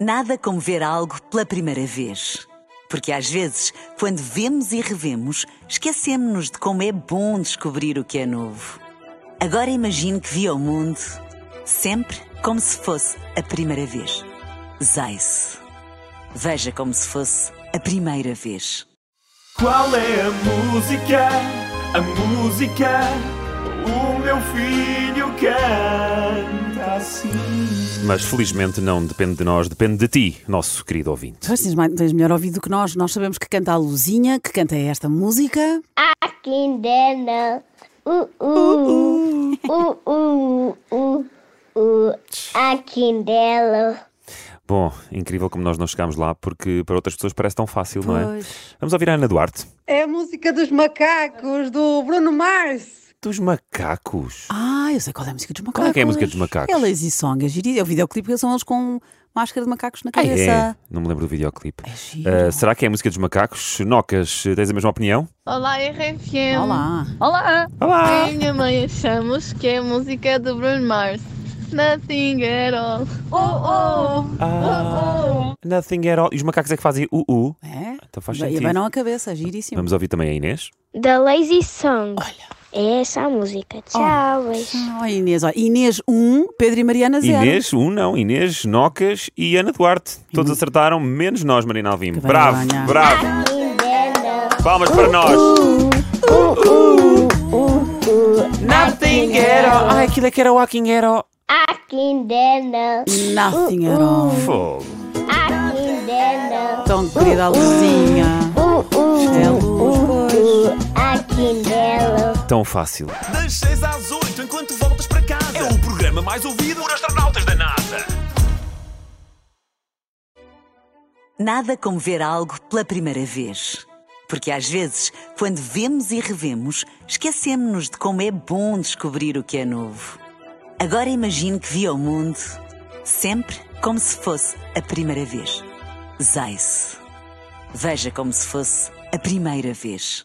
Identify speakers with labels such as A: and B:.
A: Nada como ver algo pela primeira vez. Porque às vezes, quando vemos e revemos, esquecemos-nos de como é bom descobrir o que é novo. Agora imagine que viu o mundo sempre como se fosse a primeira vez. Zais. Veja como se fosse a primeira vez.
B: Qual é a música? A música o meu filho canta assim.
C: Mas felizmente não depende de nós, depende de ti, nosso querido ouvinte.
D: Pois tens, mais- tens melhor ouvido que nós. Nós sabemos que canta a Luzinha, que canta esta música.
E: Aquindana. Uh, uh, uh, uh, uh, uh. Aquindela.
C: Bom, incrível como nós não chegámos lá, porque para outras pessoas parece tão fácil, não é?
D: Pois.
C: Vamos ouvir a Ana Duarte.
F: É a música dos macacos, do Bruno Mars.
C: Dos macacos.
D: Ah, eu sei qual é a música dos macacos.
C: Qual é que é a música dos macacos?
D: É Lazy Song, é giri. É o videoclipe que são eles com máscara de macacos na
C: é,
D: cabeça.
C: não me lembro do videoclipe.
D: É giro.
C: Ah, será que é a música dos macacos? Nocas, tens a mesma opinião?
G: Olá, RFM.
D: Olá.
G: Olá.
C: Olá!
G: A minha mãe achamos que a música é do Bruno Mars. Nothing at all. Oh, oh.
C: Ah, nothing at all. E os macacos é que fazem uh-uh.
D: É?
C: Então faz
D: e
C: sentido.
D: bem não a cabeça, é giríssimo.
C: Vamos ouvir também a Inês.
E: Da Lazy Song. É essa a música. Tchau, beijo.
D: Oh, Inês, olha, Inês 1, Pedro e Mariana 0.
C: Inês, um não. Inês, Nocas e Ana Duarte. Todos acertaram, menos nós, Marina Alvim.
D: Que
C: Bravo,
D: vergonha.
C: bravo. Palmas para nós. Nothing at all. Ah, aquilo é que era Walking at all.
E: Aquindana.
D: Nothing at all.
C: Fogo.
E: Aquindana.
D: Tão querida a Luzinha.
E: Uh,
D: É a
E: uh,
D: luz, pois.
E: Aquindela.
C: Tão fácil.
B: Das 6 às 8, enquanto voltas para casa. É o programa mais ouvido por astronautas da NASA.
A: Nada como ver algo pela primeira vez. Porque às vezes, quando vemos e revemos, esquecemos-nos de como é bom descobrir o que é novo. Agora imagine que viu o mundo sempre como se fosse a primeira vez. Zais. Veja como se fosse a primeira vez.